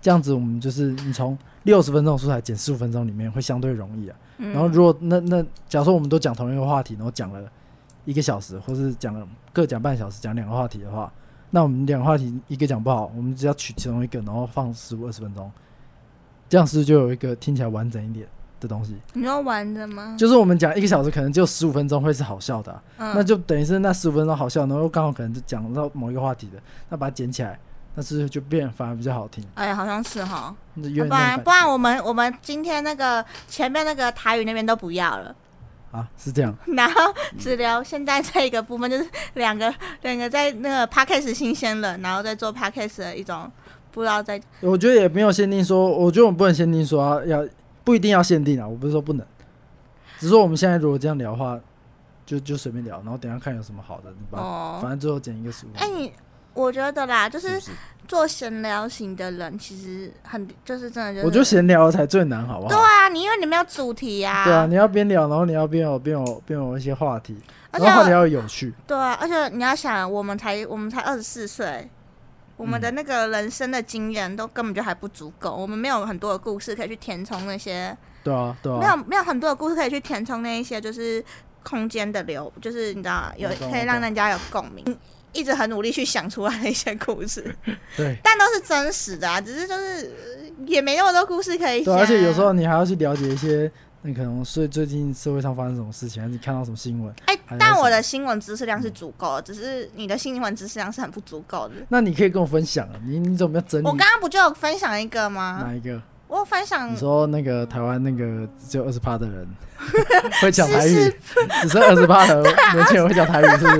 A: 这样子我们就是你从六十分钟的素材减十五分钟里面会相对容易啊。
B: 嗯
A: 然后如果那那假如说我们都讲同一个话题，然后讲了一个小时，或是讲了各讲半小时，讲两个话题的话，那我们两个话题一个讲不好，我们只要取其中一个，然后放十五二十分钟，这样是不是就有一个听起来完整一点的东西？
B: 你说玩的吗？
A: 就是我们讲一个小时，可能就十五分钟会是好笑的啊、
B: 嗯
A: 那就等于是那十五分钟好笑，然后刚好可能就讲到某一个话题的，那把它捡起来，那是不是就变反而比较好听？
B: 哎、好像是哈。
A: 那
B: 不
A: 有点那
B: 然
A: 种
B: 不
A: 感
B: 然我们我们今天那个前面那个台语那边都不要了，
A: 啊，是这样。
B: 然后
A: 嗯
B: 只聊现在这一个部分，就是两个两个在那个 podcast 新鲜了，然后再做 podcast 的一种。不知道在
A: 我觉得也没有限定说，我觉得我们不能限定说要要不一定要限定啊，我不是说不能，只是说我们现在如果这样聊的话，就就随便聊，然后等一下看有什么好的，你把、
B: 哦
A: 反正最后剪一个十五。
B: 哎、你我觉得啦，就是
A: 不
B: 是
A: 是
B: 做闲聊型的人，其实很就是真的就是，
A: 我觉得闲聊才最难，好不好？
B: 啊对啊，你因为你没有主题呀、
A: 对啊，你要边聊，然后你要边有边有边有一些话题，
B: 而
A: 然
B: 且
A: 后话题要有趣。
B: 对啊，而且你要想，我们才我们才二十四岁，我们的那个人生的经验都根本就还不足够，我们没有很多的故事可以去填充那些，
A: 对啊，对
B: 没有
A: 啊，
B: 没有很多的故事可以去填充那一些就是空间的流，就是你知道有
A: 我懂
B: 可以
A: 我
B: 让
A: 懂
B: 人家有共鸣。一直很努力去想出来的一些故事，
A: 对啊
B: 但都是真实的啊，只是就是呃也没那么多故事可
A: 对
B: 以讲
A: 啊，
B: 啊。
A: 而且有时候你还要去了解一些，你可能最最近社会上发生什么事情，还是你看到什么新闻。
B: 哎、
A: 还有
B: 但
A: 什
B: 我
A: 么
B: 的新闻知识量是足够的，只是你的新闻知识量是很不足够的。
A: 那你可以跟我分享啊，你你怎么要整理
B: 我刚刚不就有分享一个吗？
A: 哪一个？
B: 我有分享
A: 你说那个台湾那个只有二十趴的 人会讲台
B: 是
A: 语，只剩二十趴的年轻人会讲台语，是 不是？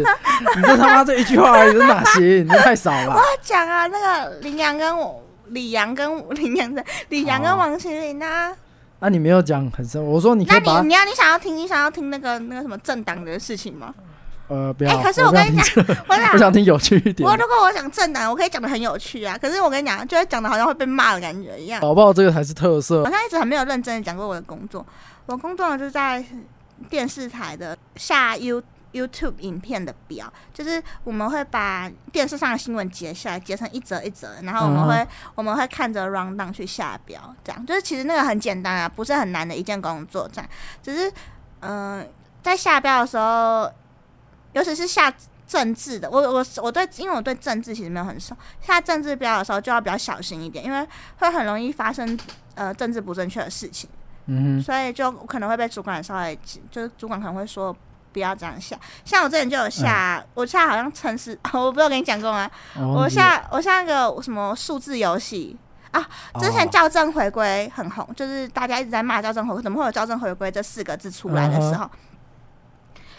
A: 你这他妈这一句话而已，这哪行？你这太少了吧。
B: 讲啊，那个林阳跟我李阳跟林阳的李阳跟
A: 哦
B: 王麒麟啊，
A: 啊，你没有讲很深。我说你可
B: 那
A: 以把
B: 你你要你想要听你想要听那个那个什么政党的事情吗？
A: 呃不
B: 哎、
A: 要，
B: 可是
A: 我
B: 我
A: 不想
B: 跟你
A: 听
B: 讲， 我
A: 我
B: 想
A: 想听有趣一点
B: 我
A: 的。
B: 如果我想政党，我可以讲的很有趣啊。可是我跟你讲，就会讲的好像会被骂的感觉一样。
A: 搞不好这个才是特色
B: 好。 像一直很没有认真的讲过我的工作。我工作呢就是在电视台的下 You YouTube 影片的表，就是我们会把电视上的新闻截下来，截成一则一则，然后我们
A: 嗯哼
B: 会、我们会看着 round down 去下表，这样就是其实那个很简单啊，不是很难的一件工作，这样只是嗯、呃在下标的时候，尤其是下政治的，我我我对，因为我对政治其实没有很熟，下政治标的时候就要比较小心一点，因为会很容易发生呃政治不正确的事情，
A: 嗯哼，
B: 所以就可能会被主管稍微指，就是主管可能会说不要这样下。像我之前就有下，我下好像诚实， 我不是有跟你讲过吗？
A: 哦
B: 我下我下那个什么数字游戏，
A: 哦
B: 之前校正回归很红，就是大家一直在骂校正回归，怎么会有校正回归这四个字出来的时候？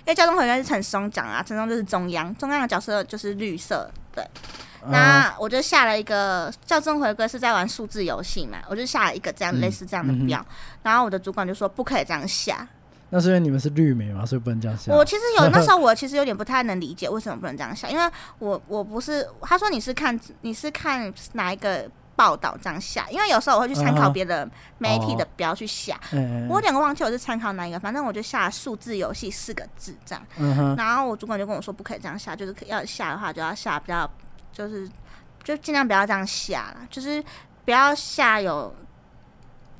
B: 因为校正回归是陈松讲啊，陈松就是中央，中央的角色就是绿色。对，
A: 啊嗯
B: 那我就下了一个校正回归是在玩数字游戏嘛，我就下了一个这样、
A: 嗯
B: 类似这样的标，然后我的主管就说不可以这样下。
A: 那是因为你们是绿媒嘛，所以不能这样想。
B: 我其实有那时候我其实有点不太能理解为什么不能这样下，因为我我不是他说你是看你是看哪一个报道这样下，因为有时候我会去参考
A: 嗯哼
B: 别的媒体的
A: 哦
B: 标去下，
A: 嗯
B: 我有点忘记我是参考哪一个，反正我就下了数字游戏四个字这样，
A: 嗯哼，
B: 然后我主管就跟我说不可以这样下，就是要下的话就要下比较就是就尽量不要这样下啦，就是不要下有，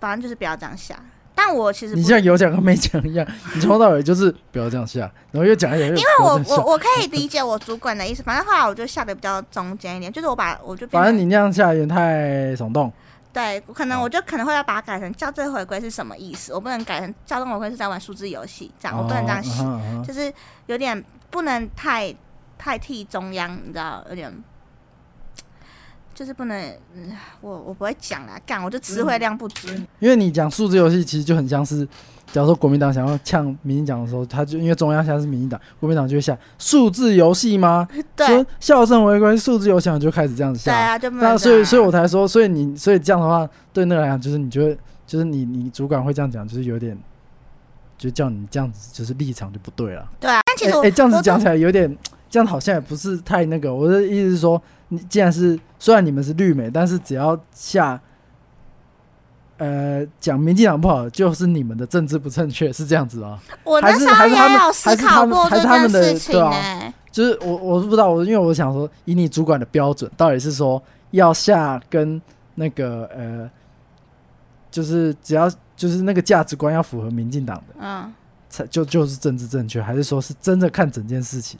B: 反正就是不要这样下。但我其实不
A: 你像有讲跟没讲一样，你从头到尾就是不要这样下，然后又讲一讲又因为
B: 我我我可以理解我主管的意思，反正后来我就下的比较中间一点，就是我把我就变
A: 反正
B: 成
A: 你那哦样下有点太耸动。
B: 对，可能我就可能会要把它改成校正回归是什么意思，我不能改成校正回归是在玩数字游戏这样，我不能这样
A: 哦
B: 写，
A: 嗯哼嗯哼
B: 就是有点不能太太替中央，你知道，有点就是不能，嗯我我不会讲啦，干我就词汇量不足，
A: 因为你讲数字游戏，其实就很像是，假如说国民党想要呛民进党的时候，他就因为中央现在是民进党，国民党就会下数字游戏吗？
B: 对
A: 说校正回归数字游戏，我就开始这样子
B: 对
A: 下。
B: 啊，就没有这样
A: 那
B: 啊。
A: 所以，所以我才说，所以你，所以这样的话，对那个来讲，就是你觉得，就是你，你主管会这样讲，就是有点，就叫你这样子，就是立场就不对了。
B: 对啊，但其
A: 哎、
B: 实我、
A: 哎这样子
B: 我
A: 讲起来有点，这样好像也不是太那个。我的意思是说，你既然是虽然你们是绿媒，但是只要下，呃，讲民进党不好，就是你们的政治不正确，是这样子啊？
B: 我那
A: 还是
B: 时候
A: 还是他
B: 也
A: 们
B: 有思
A: 还是他
B: 考
A: 们
B: 过
A: 还
B: 这
A: 是他
B: 件
A: 们的
B: 事情
A: 对啊
B: 呢、
A: 就是我我是不知道，我因为我想说，以你主管的标准，到底是说要下跟那个呃，就是只要就是那个价值观要符合民进党的，
B: 嗯，
A: 才就就是政治正确，还是说是真的看整件事情？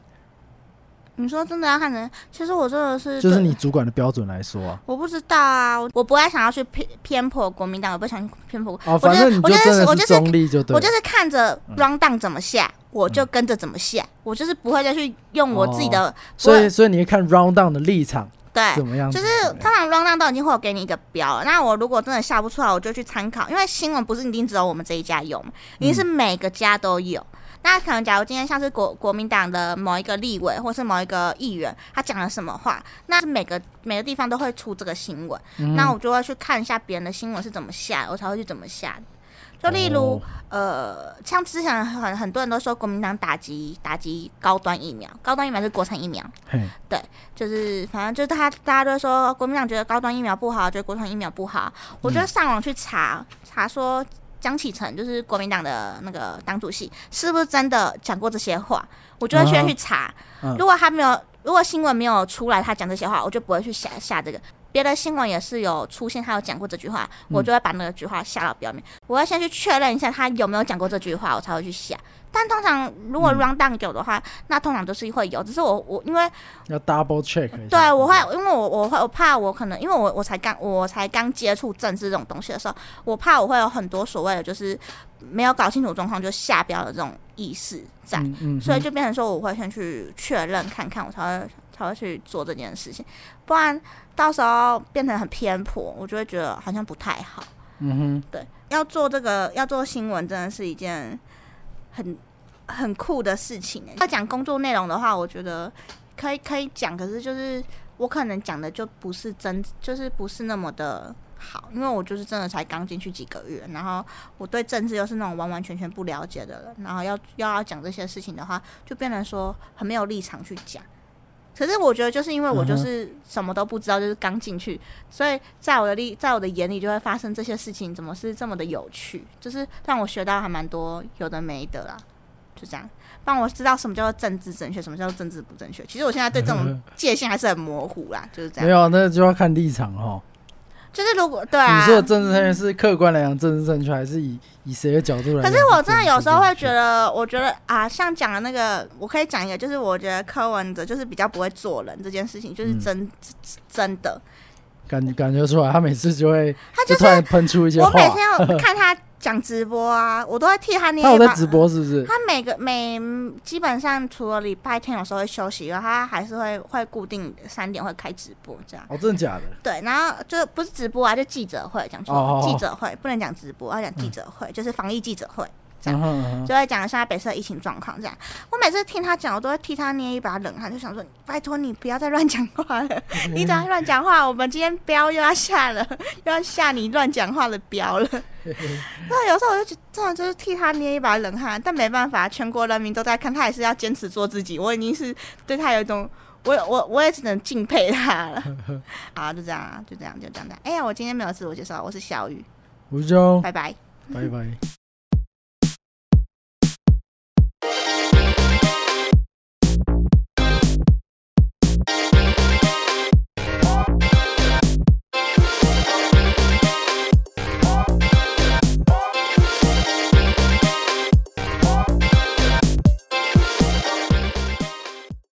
B: 你说真的要看人，其实我真的是
A: 就是
B: 对
A: 你主管的标准来说啊。
B: 我不知道啊，我我不太想要去偏偏颇国民党，我不想偏颇。
A: 哦，
B: 我
A: 反
B: 就
A: 正你
B: 我
A: 就真
B: 是我
A: 的
B: 就是是
A: 中立就对嗯
B: 我
A: 了。
B: 就是看着 round down 怎么下，我就跟着怎么下，我就是不会再去用我自己
A: 哦
B: 的。
A: 所
B: 我
A: 以所以你会看 round down 的立场
B: 对，
A: 怎么样子？
B: 就是通常 round down 都已经会有给你一个标了，那我如果真的下不出来，我就去参考，因为新闻不是一定只有我们这一家有嘛，
A: 嗯
B: 一定是每个家都有。那可能假如今天像是国国民党的某一个立委或是某一个议员，他讲了什么话，那是每个每个地方都会出这个新闻，
A: 嗯
B: 那我就会去看一下别人的新闻是怎么下，我才会去怎么下。就例如、
A: 哦
B: 呃，像之前很很多人都说国民党打击打击高端疫苗，高端疫苗是国产疫苗，
A: 嘿
B: 就是反正就是他大家都说国民党觉得高端疫苗不好，觉得国产疫苗不好。我
A: 嗯
B: 就上网去查、查说江启臣就是国民党的那个党主席是不是真的讲过这些话，我就会先
A: 啊
B: 去查。
A: 嗯
B: 如果他没有，如果新闻没有出来他讲这些话，我就不会去下下这个。别的新闻也是有出现，他有讲过这句话，
A: 嗯
B: 我就会把那句话下到表面。我要先去确认一下他有没有讲过这句话，我才会去下。但通常如
A: 嗯
B: 果 round down 有的话，那通常都是会有。只是我我因为
A: 要 double check 一下。
B: 对，啊我会，因为我我会我怕我可能，因为我我才刚我才刚接触政治这种东西的时候，我怕我会有很多所谓的就是没有搞清楚状况就下标的这种意识在，
A: 嗯嗯，
B: 所以就变成说我会先去确认看看，我才会才会去做这件事情，不然到时候变成很偏颇，我就会觉得好像不太好。
A: 嗯哼，
B: 对，要做这个要做新闻，真的是一件很很酷的事情欸。要讲工作内容的话，我觉得可以可以讲，可是就是我可能讲的就不是真，就是不是那么的好，因为我就是真的才刚进去几个月，然后我对政治又是那种完完全全不了解的人，然后要要要讲这些事情的话，就变成说很没有立场去讲。可是我觉得，就是因为我就
A: 嗯哼
B: 是什么都不知道，就是刚进去，所以在我的力，在我的眼里就会发生这些事情，怎么是这么的有趣？就是让我学到还蛮多有的没的啦，就这样，让我知道什么叫做政治正确，什么叫做政治不正确。其实我现在对这种界限还是很模糊啦，就是这
A: 没啊
B: 样。
A: 有，那就要看立场哈。哦
B: 就是如果对啊，
A: 你说的政治正确是客观来讲政治正确，还是以以谁的角度来
B: 可
A: 讲？
B: 是我真的有时候会觉，得，我觉得啊，像讲的那个，我可以讲一个，就是我觉得柯文哲就是比较不会做人这件事情，就是
A: 嗯
B: 真、真的。
A: 感感觉出来，他每次就会
B: 他
A: 就
B: 就是
A: 突然喷出一些
B: 我
A: 话。
B: 每天要看他讲直播啊，我都会替他捏
A: 他有
B: 一
A: 在
B: 把。
A: 直播是不是？
B: 他每个每基本上除了礼拜天有时候会休息以外，他还是会会固定三点会开直播这样。
A: 哦，真的假的？
B: 对，然后就不是直播啊，就记者会讲错了，
A: 哦哦哦
B: 记者会不能讲直播，要讲记者会，就是防疫记者会。这
A: 嗯
B: 样
A: 哼嗯哼
B: 就会讲一下北市的疫情状况这样。我每次听他讲，我都会替他捏一把冷汗，就想说：拜托你不要再乱讲话了，你只要乱讲话，我们今天标又要下了， 又要下你乱讲话的标了。那有时候我就觉得，真的就是替他捏一把冷汗，但没办法，全国人民都在看，他还是要坚持做自己。我已经是对他有一种。我我我也只能敬佩他了，好，就这样
A: 哦
B: 啊，就这样，就这样的。哎呀，我今天没有自我介绍，我是小雨，
A: 吴兄，
B: 拜拜。
A: 拜拜。